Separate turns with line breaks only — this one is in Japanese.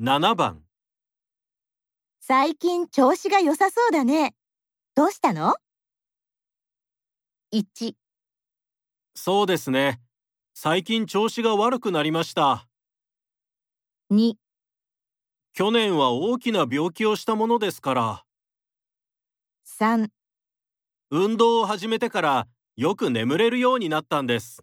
7番
最近調子が良さそうだね。どうしたの ?1、
そうですね最近調子が悪くなりました
2、
去年は大きな病気をしたものですから
3
運動を始めてからよく眠れるようになったんです